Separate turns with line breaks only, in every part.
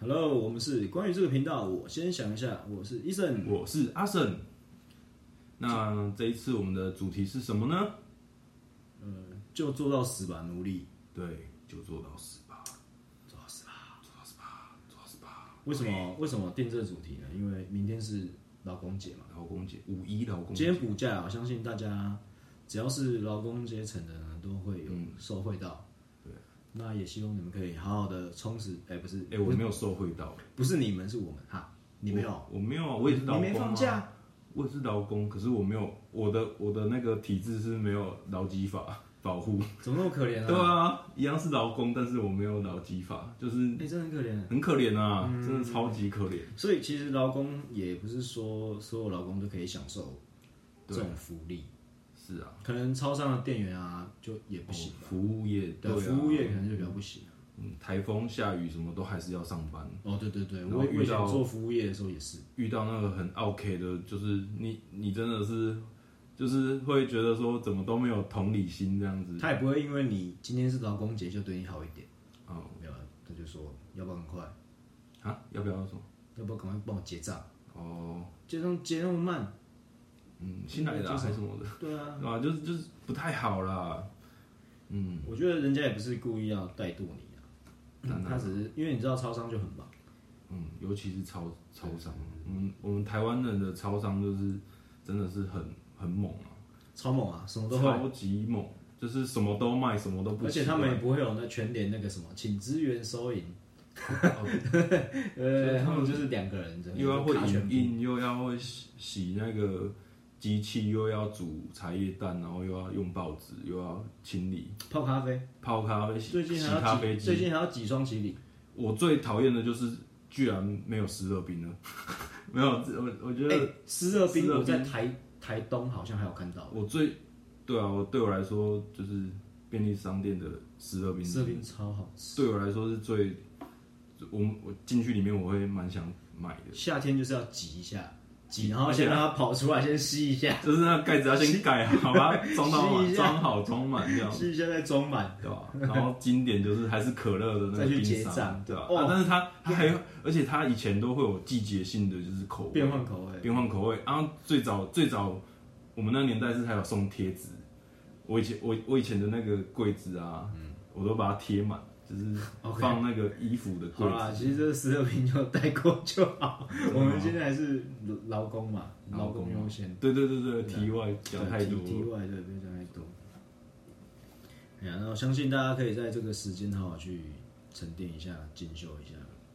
Hello，我们是关于这个频道，我先想一下，我是 Eason。
我是阿胜。那这一次我们的主题是什么呢？
呃，就做到死吧，奴隶。
对，就做到死吧，
做到死吧，做到死吧，做到死吧。为什么为什么定这个主题呢？因为明天是劳工节嘛。
劳工节，五一劳工
今天
节，
补假，我相信大家只要是劳工阶层的呢，都会有受惠到。
嗯对，
那也希望你们可以好好的充实。哎、不是，
哎、我没有受惠到，
不是你们，是我们哈。你没有？
我，我没有啊，我也是劳
你
工、啊，
没放，假？
我也是劳工，可是我没有，我的我的那个体制是没有劳基法保护，
怎么那么可怜啊？
对啊，一样是劳工，但是我没有劳基法，就是
哎、真的很可怜。嗯
很可怜啊，真的超级可怜，
所以其实劳工也不是说所有劳工都可以享受这种福利，
是啊，
可能超商的店员啊就也不行
哦，服务业
对，
啊
服务业可能就比较不行。
嗯，台风下雨什么都还是要上班。
哦，对对对，
然后
我
遇
我以前
到
做服务业的时候也是，
遇到那个很 OK 的，就是你你真的是就是会觉得说怎么都没有同理心这样子。
他也不会因为你今天是劳工节就对你好一点，
哦
没有啊，他就说要不要很快，
啊，要不要说？
要不要赶快帮我结账，
哦，
结账结那么慢，
嗯，新来的、啊、还是什么的，
对啊，
啊，就是就是不太好啦。嗯，
我觉得人家也不是故意要怠惰你啊，
当然
他只是因为你知道超商就很忙，
嗯，尤其是超超商，我们我们台湾人的超商就是真的是很很猛啊，
超猛啊，什么都会。
超级猛，就是什么都卖，什么都不
而
奇
且
怪。
他们也不会有那全脸那个什么，请支援收银，
哦
呃，他们就是两个人，
又要会
卡全
影
部
印，又要会洗洗那个机器，又要煮茶叶蛋，然后又要用报纸，又要清理
泡咖啡，
泡咖啡、洗
最近
洗
还
咖
要
啡
挤，最
机。
近还要挤双麒麟，
我最讨厌的就是居然没有湿热冰了， 没有，我我觉得
哎，湿热冰
湿热
我在台台东好像还有看到，
我最对啊，我对我来说就是便利商店的湿热冰，
湿热冰超好吃，
对我来说是最我我进去里面我会蛮想买的，
夏天就是要挤一下，挤，然后
而且
先让它跑出来，先吸一下，
就是那个盖子要先盖好，把它装到
洗
满，
一下
装好装满这样。
吸一下再装满，
对吧、然后经典就是还是可乐的那
再
个
去
冰
结
沙
账，
对吧、
哦
啊？但是它它还有，而且它以前都会有季节性的，就是口味
变换口味，
变换口味。然后最早最早我们那年代是还有送贴纸，我以前我我以前的那个柜子啊，我都把它贴满，就是
嗯 OK
放那个衣服的
好
柜子。
啦，其实这个湿热冰就带过就 好，
的吗
我们现在还是劳工嘛，劳
劳工
工优先。
对对对
对
对，
啊
题外讲太多
对题题外对，不要讲太多。哎呀，那我相信大家可以在这个时间好好去沉淀一下、进修一下。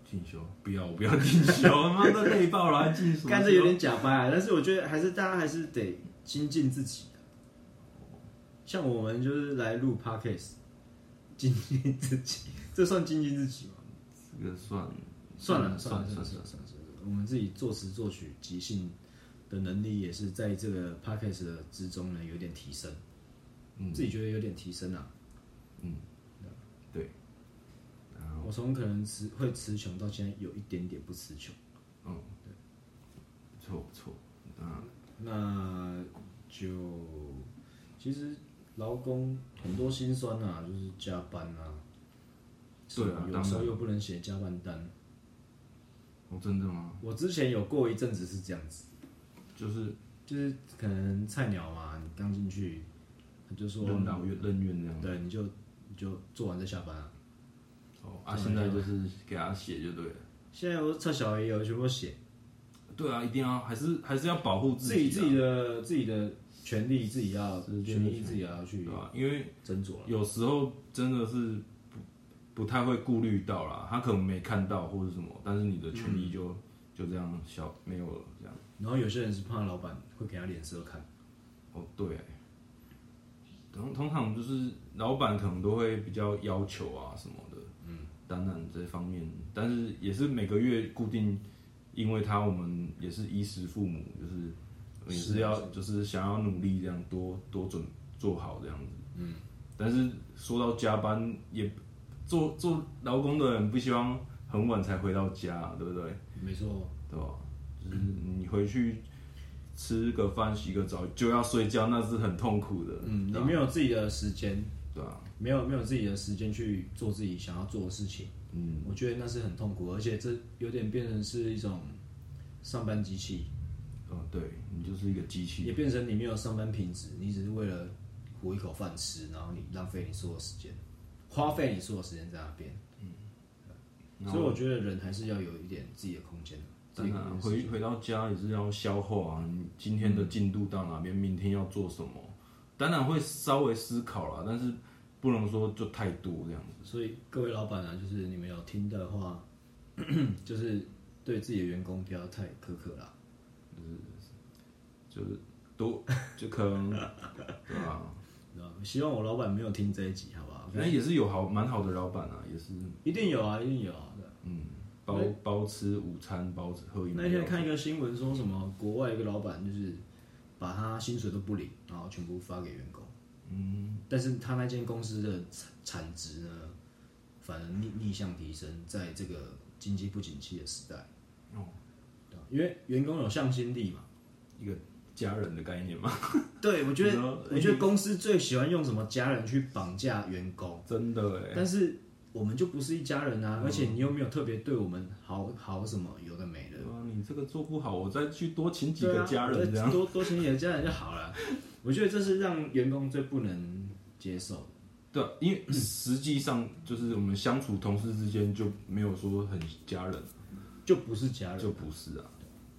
进修，不要我不要进修， 他妈的累爆了，还进什么修？
干这有点假掰啊，但是我觉得还是大家还是得精进自己啊。像我们就是来录 podcast，精进自己，这算精进自己吗？
这个算
算了算
嗯算
了算了算了算了，算了我们自己作词作曲即兴的能力也是在这个 podcast 的之中呢有点提升，
嗯
自己觉得有点提升啊。嗯
对，然后
我从可能词会词穷到现在有一点点不词穷。
嗯，不错不错，啊，
那就其实劳工很多辛酸啊，就是加班啊，
对啊
有
当
时候
然
又不能写加班单。
哦，真的吗？
我之前有过一阵子是这样子，
就是
就是可能菜鸟嘛，你刚进去，他就说，
任劳任怨嗯这样。
对，你就你就做完再下班啊。
哦，啊，现在就是给他写就对了。
现在我蔡小也有全部都写
对啊，一定要还是还是要保护
自
己
己
啊，
自己的自己的权利，自己要
时间
权
的
利自己要
对
去
吧？因为
斟酌。
有时候真的是不不太会顾虑到啦，他可能没看到或者什么，但是你的权
嗯
益就就这样小没有了这样。
然后有些人是怕老板会给他脸色看，
哦，对欸，通通常就是老板可能都会比较要求啊什么的，嗯，当然这方面，但是也是每个月固定，因为他我们也是衣食父母，就是也
是
是啊要就是想要努力这样多多准做好这样子，嗯，但是说到加班也做做劳工的人不希望很晚才回到家，对不对？
没错，
对吧？就是你回去吃个饭、洗个澡就要睡觉，那是很痛苦的。
嗯，你
对吧啊
没有自己的时间，
对啊，
没有没有自己的时间去做自己想要做的事情，
嗯，
嗯，我觉得那是很痛苦，而且这有点变成是一种上班机器，
哦，对你就是一个机器，
也变成你没有上班品质，你只是为了糊一口饭吃，然后你浪费你所有时间，花费你所有时间在那边。
然
所以
后
我觉得人还是要有一点自己的空间，自
嗯当
己的
然啊
空间
回回到家也是要消化啊，你今天的
嗯
进度到哪边，明天要做什么，当然会稍微思考啦，但是不能说就太多 这样。
所以各位老板啊，就是你们有听的话， 就是对自己的员工不要太苛刻啦。
就是多就 可能，对吧、
你知道吗希望我老板没有听这一集，好不好
反？正也是有好蛮好的老板啊，也是
一定有啊，一定有啊。对
嗯，包包吃午餐，包吃喝饮料。
那天看一个新闻说什么，国外一个老板就是把他薪水都不领，然后全部发给员工。嗯，但是他那间公司的产产值呢，反而逆逆向提升，在这个经济不景气的时代。哦，因为员工有向心力嘛。
一个家人的概念嘛，
对，我觉
你
得
说，
我觉得公司最喜欢用什么家人去绑架员工。
真的哎，
但是我们就不是一家人
嗯
啊，而且你又没有特别对我们好好什么，有的没的
对。啊，你这个做不好，我再去多请几
对
个
啊
家人这样。
多多请几个家人就好了。 我觉得这是让员工最不能接受的。
对啊，因为实际上就是我们相处同事之间就没有说很家人，
就不是家人，
就不是啊。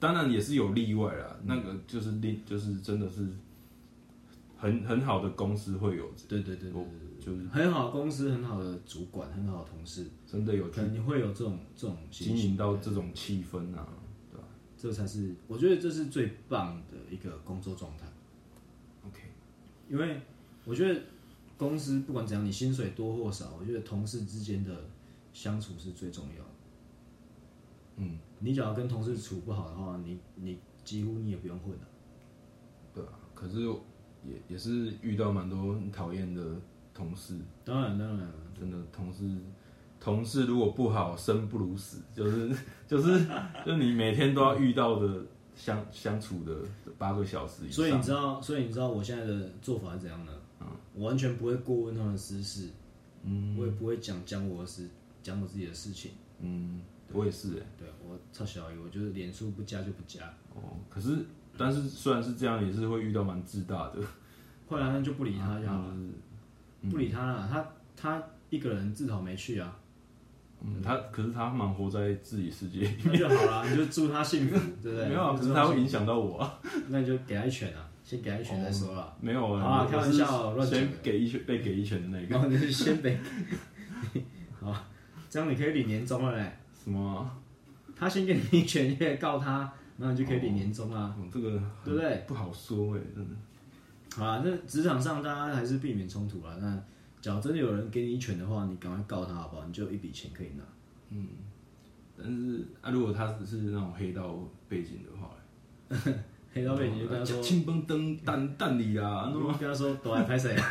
当然也是有例外啦，那个就是例就是真的是很很好的公司会有，
对对对对
我哦就是
很好的公司，很好的主管，很好的同事，
真的有去
可能你会有这种这种
经
心情，
营到这种气氛啊，对吧
这才是我觉得这是最棒的一个工作状态。
？OK，
因为我觉得公司不管怎样，你薪水多或少，我觉得同事之间的相处是最重要的。
嗯，
你只要跟同事处不好的话，你你几乎你也不用混了、
对啊。可是也也是遇到蛮多很讨厌的同事，
当然，当然，
真的同事同事如果不好，生不如死，就是 就是就是你每天都要遇到的相相处的八个小时以上，嗯
所以你知道，所以你知道我现在的做法是怎样的？我完全不会过问他们的私事，嗯，我也不会讲讲我的事，讲我自己的事情。
嗯，我也是欸
对我超小姨，我就是脸书不加就不加，
哦，可是但是虽然是这样，也是会遇到蛮自大的，
后来他就不理他就好了。
嗯
不理他了，他他一个人自讨没趣啊，
嗯，他可是他蛮活在自己世界，
那就好了，你就祝他 幸福，对不对？
没有啊，可
祝
是他会影响到我啊。
幸福那你就给他一拳啊，先给他一拳再说了，
没有
好啊
我是
开玩笑乱讲的
先给一拳，被给一拳的那个
然后你就先 得，好，这样你可以领年终了嘞，
什么啊、
他先给你一拳，你可以告他，然后你就可以领年终啊，
嗯这个
对不对？
不好说哎、真的。
好啦，那职场上大家还是避免冲突啦。那假如真的有人给你一拳的话，你赶快告他好不好？你就有一笔钱可以 拿。
但是啊，如果他只是那种黑道背景的话，
黑道背景就跟他说，
青啊崩灯蛋蛋里啊，
你跟他说，躲来拍谁啊？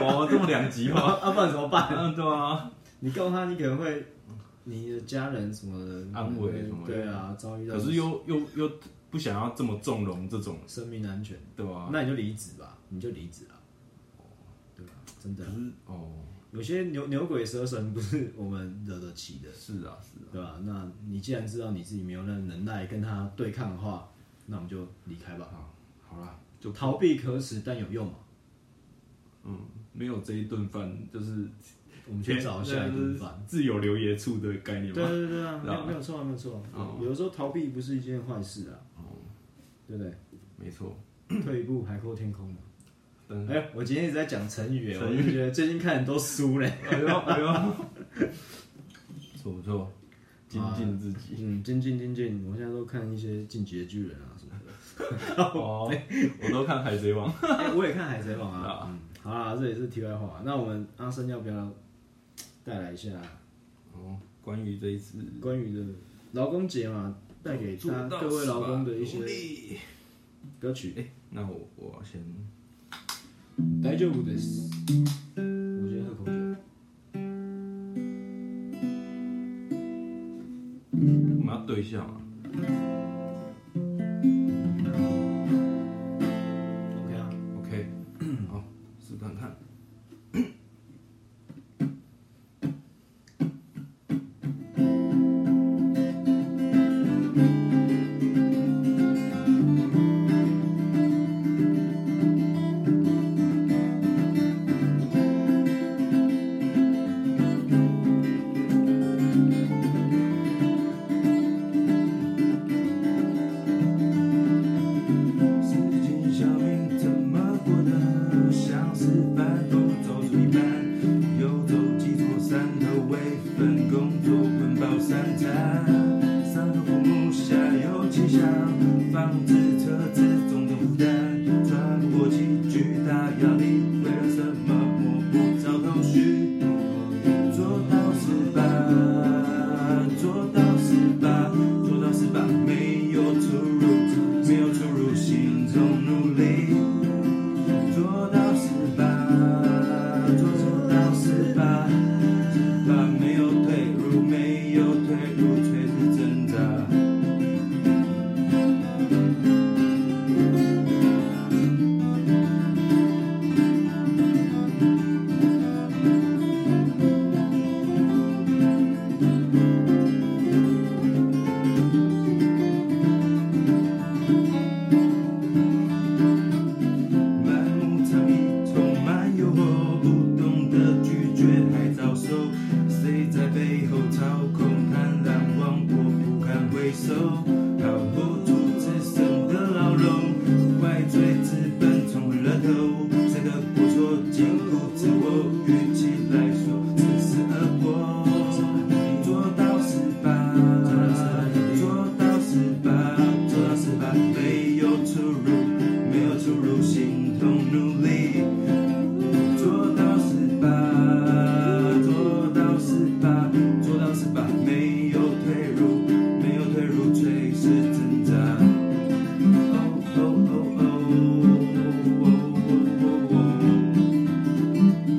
哦，这么两极化，
啊，不然怎么办？
嗯，对啊，
你告他，你可能会你的家人什么的
安危什么的
对啊，遭遇到
可是又又又不想要这么纵容这种，
生命安全，
对吧、
那你就离职吧，你就离职啊，对吧？啊真的
可，是哦，
有些牛牛鬼蛇神不是我们惹得起的，
是啊，是啊，
对吧？那你既然知道你自己没有那能耐跟他对抗的话，那我们就离开吧。
啊，好啦，就
逃避可耻，但有用嘛？
嗯，没有这一顿饭，就是
我们去找下一 顿饭。，
自有留爷处的概念
对
嘛。
对对对啊，没
然
有没有错啊，没有错啊。
哦
有的时候逃避不是一件坏事啊，
哦，
对不对？
没错，
退一步海阔天空嘛。
但是
嗯哎、我今天一直在讲成语，
成
我就觉得最近看很多书嘞。
哎呦哎呦，不错不错，精进自 己。
嗯，精进精进，我现在都看一些《进击的巨人》啊什么的。
哦， 我都看《海贼王》
哎、我也看《海贼王》啊
啊。
嗯，好啦，这也是题外话。那我们阿生要不要带来一下
哦，关于这一次
关于的劳工节嘛，带给大家各位劳工的一些歌曲？哎
哎、那我我先
大丈夫です。我先喝口酒。
我们要对啊一下嘛。
OK 啊。
OK，好，试看看。到山楂，三个父母下有七项，房子、车子种种负担，喘不过气，巨大压力，为了什么摸不着头绪？做到十八，做到十八，做到十八，没有出入，没有出入，心中努力。做到十八，做到十八，十八没有退路，没有退路，垂直挣扎。满目疮痍，充满诱惑，不懂得拒绝还遭受，谁在背后操控？贪婪王国不堪回首，扛不住自身的牢笼，怪罪资本冲昏了头，谁的过错禁锢自我？与其来说，自食恶果。做到十八，做到十八，做到十八，没有出入。没有出入，心痛努力，做到十八，做到十八，做到十八，没有退路，没有退路，垂死挣扎。哦哦哦哦哦哦哦哦。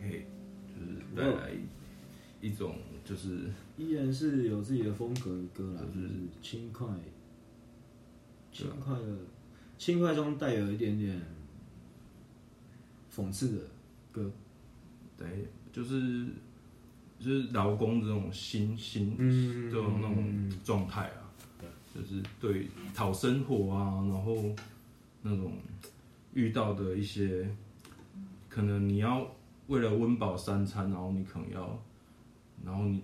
可以就是带来一种就是
依然是有自己的风格的歌啦，
就
就是是轻快，轻
啊
快的，轻快中带有一点点讽刺的歌，
对，就是就是劳工这种心心
嗯
这种那种状态啊，就是对讨生活啊，然后那种遇到的一些，可能你要为了温饱三餐，然后你可能要，然后你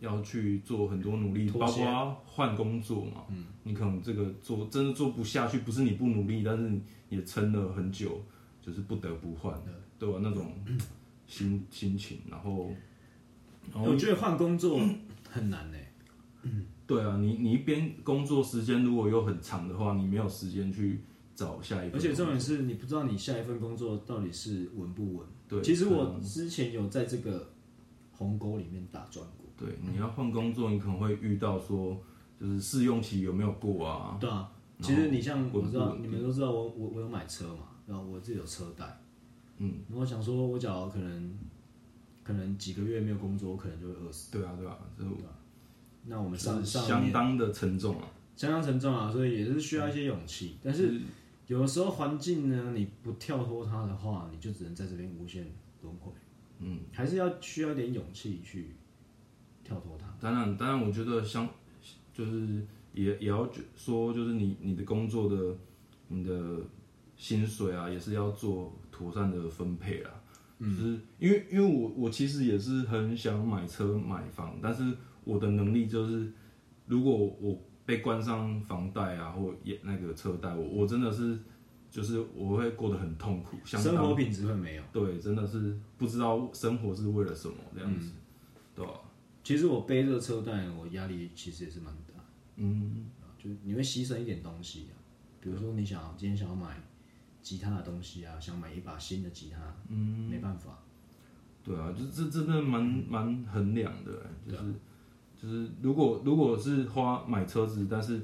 要去做很多努力，
妥
包
协嗯
括换工作嘛，你可能这个做真的做不下去，不是你不努力，但是你也撑了很久，就是不得不换，
嗯
对啊吧、那种心心情，然后。然后
我觉得换工作很难呢、
对啊，你你一边工作时间如果又很长的话，你没有时间去找下一个。
而且重点是你不知道你下一份工作到底是稳不稳。
对，啊
其实
可
我
能
之前有在这个鸿沟里面打转过，
对你要换工作，你可能会遇到说，就是试用期有没有过啊？
对啊。
然
其
后
实你像我知
稳不
道，
稳定
你们都知道我我我有买车嘛，然后我自己有车贷，
嗯，
然后我想说，我假如可能可能几个月没有工作，我可能就会饿死。
对啊，对啊，这
那我们上
就是
上
相
年
当的沉重啊。
相当沉重啊，所以也是需要一些勇气。但是
嗯
有的时候环境呢，你不跳脱它的话，你就只能在这边无限轮回。
嗯，
还是要需要一点勇气去跳脱它。
当然，当然，我觉得相就是也也要觉说，就是你你的工作的你的薪水啊，也是要做妥善的分配啦。
嗯
就是因为因为我我其实也是很想买车买房，但是我的能力就是，如果我被关上房贷啊或也那个车贷，我我真的是就是我会过得很痛苦，相
生
当
活品质会没有。
对，真的是不知道生活是为了什么这样子，对吧、
其实我背这个车贷，我压力其实也是蛮大，
嗯。
就是你会牺牲一点东西啊，比如说你想要今天想要买吉他的东西啊，想买一把新的吉他，嗯，没办法，
对啊，就这真的蛮
嗯
蛮衡量的欸，就是、
啊
就是如果如果是花买车子，但是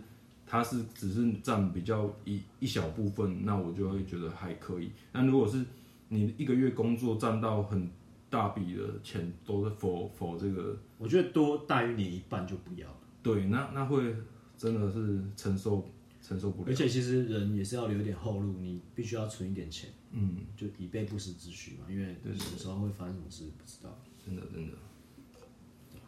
它是只是占比较一一小部分，那我就会觉得还可以。但如果是你一个月工作占到很大笔的钱都是否否这个，
我觉得多大于你一半就不要了。
对，那那会真的是承受承受不了
而。且其实人也是要留一点后路，你必须要存一点钱，
嗯，
就以备不时之需嘛，因为有时候会发生什么事不知道。
真的真的，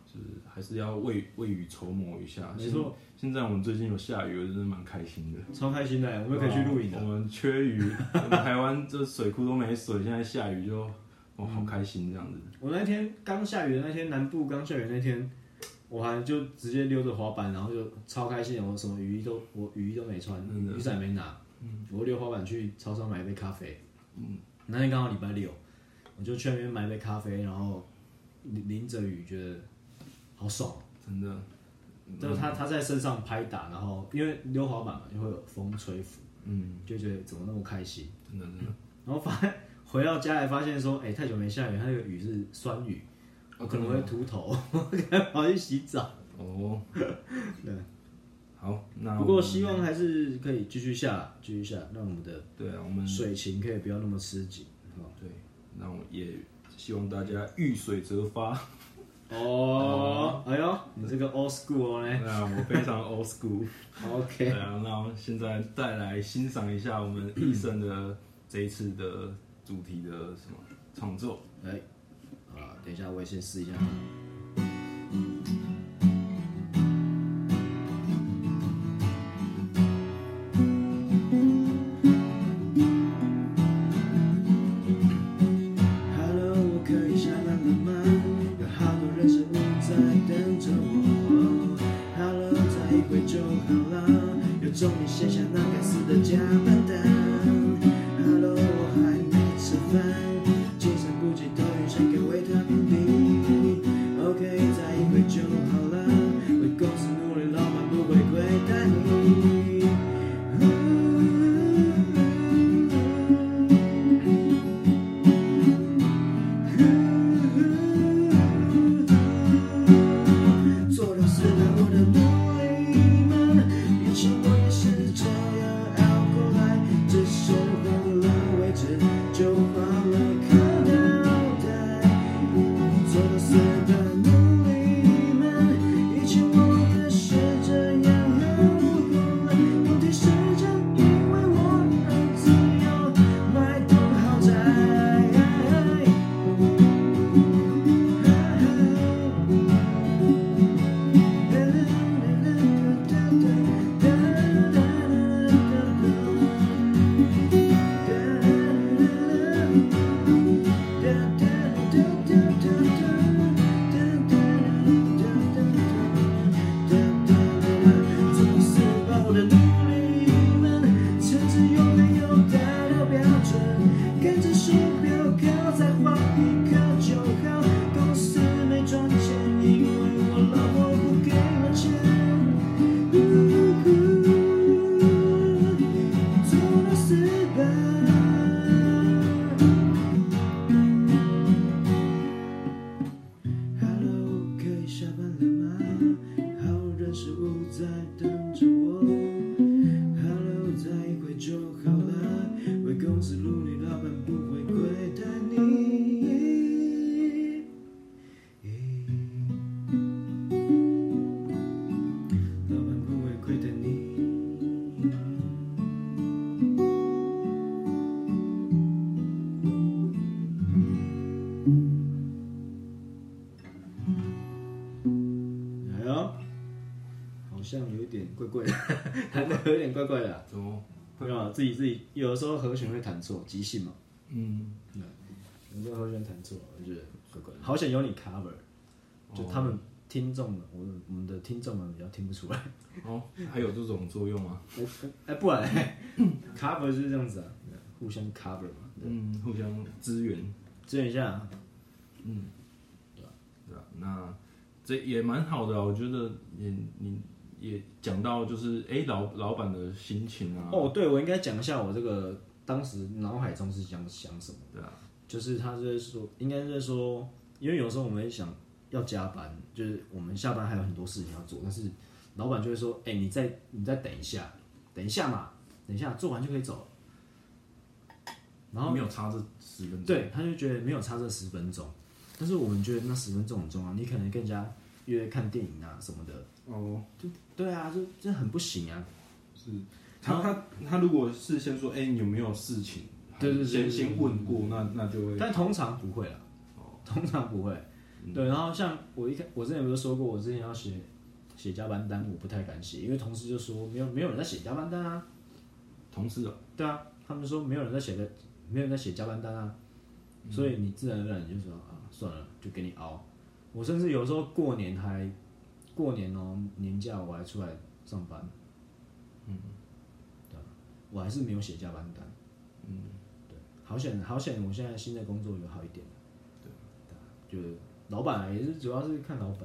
就是还是要未未雨绸缪一下。
没错，
现在我们最近有下雨，我真的蛮开心的。
超开心的，哎欸我们可以去露营
啊我
的。
们缺鱼， 我们台湾这水库都没水，现在下雨就我好开心这样子。
我那天刚下雨的那天，南部刚下雨那天，我还就直接溜着滑板，然后就超开心的，我什么雨衣都我雨衣都没穿，
真
雨伞也没拿，我溜滑板去超商买一杯咖啡。
嗯
那天刚好礼拜六，我就去那边买杯咖啡，然后淋淋着雨，觉得好爽。
真的，嗯
就是他他在身上拍打，然后因为溜滑板嘛，就会有风吹拂，
嗯，
就觉得怎么那么开心。
真的真的，
然后发现回到家来发现说，哎、太久没下雨，它那个雨是酸雨，我哦可能
嗯
会秃头， 我可能跑去洗澡。
哦，
对，
好，那
不过
我
希望还是可以继续下，继续下，让我们的
对啊，我们
水情可以不要那么吃紧。
对，那我也希望大家遇水则发。
哦，哎呦，你这个 old school 呢
那我非常 old school。
？OK，
对啊，那我们现在再来欣赏一下我们医生的这一次的主题的什么创作。
哎，啊，等一下我也先试一下。Hello，我可以下班了吗？有好多人事物在等着我。Hello，再一会就好了。有种你卸下那该死的假扮单。Hello，我还没吃饭，精神不济都用想给维他命 B。OK，再一会就好了。为公司努力，老板不会亏待你。做到四百我的梦们，以前我也是这样熬过来，只是换了位置，就换了个脑袋。做到四百梦们，以前我也是这样熬过来，问题是正因为我很自由，买栋豪宅。跟着鼠标靠，再画一颗就好。公司没赚钱，因为我老婆不给我钱。做到失败。Hello，可以下班了吗？好人事物在等着我。Hello，再一会就好了。为公司努力，老板不会亏待你。老板不会亏待你。哎呦，好像有点怪怪的， 弹的有点怪怪的啊、
怎么？
没有啊自己自己，有的时候和弦会弹错，即兴嘛，
嗯，
有时候和弦弹错，我就觉得怪怪的。好想有你 cover，就
哦
他们听众们，我我们的听众们比较听不出来。
哦，还有这种作用啊？
哎、哎不然、cover 就是这样子啊，互相 cover 嘛，
嗯，互相支援。
支援一下啊。
对啊，那这也蛮好的啊，我觉得也你也讲到就是哎、诶老老板的心情啊，
哦，对，我应该讲一下我这个当时脑海中是想想什么。
对啊，
就是他是在说，应该是在说，因为有时候我们想要加班，就是我们下班还有很多事情要做，但是老板就会说，哎、你再你再等一下，等一下嘛，等一下做完就可以走了。然后
没有差这十分钟，
对，他就觉得没有差这十分钟，但是我们觉得那十分钟很重要，你可能更加约看电影啊什么的，
哦，
对啊，就这很不行啊。
是他他他如果事先说哎、诶你有没有事情，
对对对
先
对
先问过，那那就会哦
但通常不会啦，通常不会。
嗯
对，然后像我一开，我之前有没有说过，我之前要写写加班单，我不太敢写，因为同事就说没有没有人在写加班单啊，
同事哦，
对啊，他们说没有人在写的，没有人在写加班单啊，所以你自然而然你就说啊，算了，就给你熬。我甚至有时候过年还过年哦，年假我还出来上班，嗯，对啊，我还是没有写加班单，嗯，对，好险好险，我现在新的工作有好一点，对啊，就老板啊也是主要是看老板。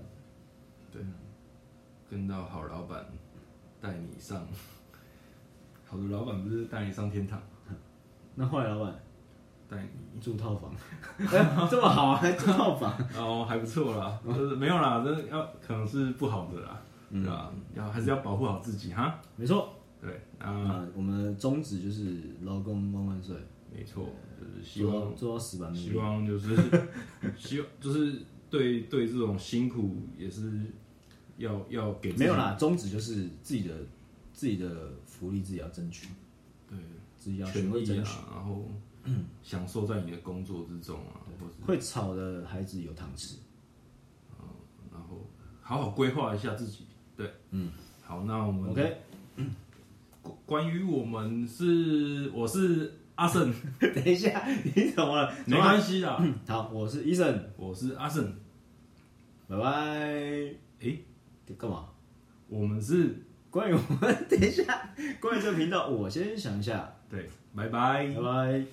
跟到好老板带你上，好的老板不是带你上天堂，
那后来老板
带你
住套房， 哎这么好啊，还住套 房，
哦，还不错啦，就是没有啦，这要可能是不好的啦，对吧？要还是要保护好自己哈。
没错。
对，
啊、
啊，
我们的宗旨就是劳工万万岁，
没错，就是希
做
望
到做到死板
希
面。
望就是 希望就是对对这种辛苦也是要要给自己
没有，啦，宗旨就是自己的自己的福利自己要争取，
对，
自己要学
权
会
益
争
啊
取。，
然后享受在你的工作之中啊，或是
会吵的孩子有糖吃。
然后好好规划一下自己。对，嗯，好，那我们
OK，
关关于我们是我是阿胜，
等一下，你怎么了？
没关系啦，
好，我是医生，
我是阿胜，
拜拜。
诶，
干嘛？
我们是
关于 我们，等一下，关于这个频道，我先想一下。
对，拜拜
拜。拜。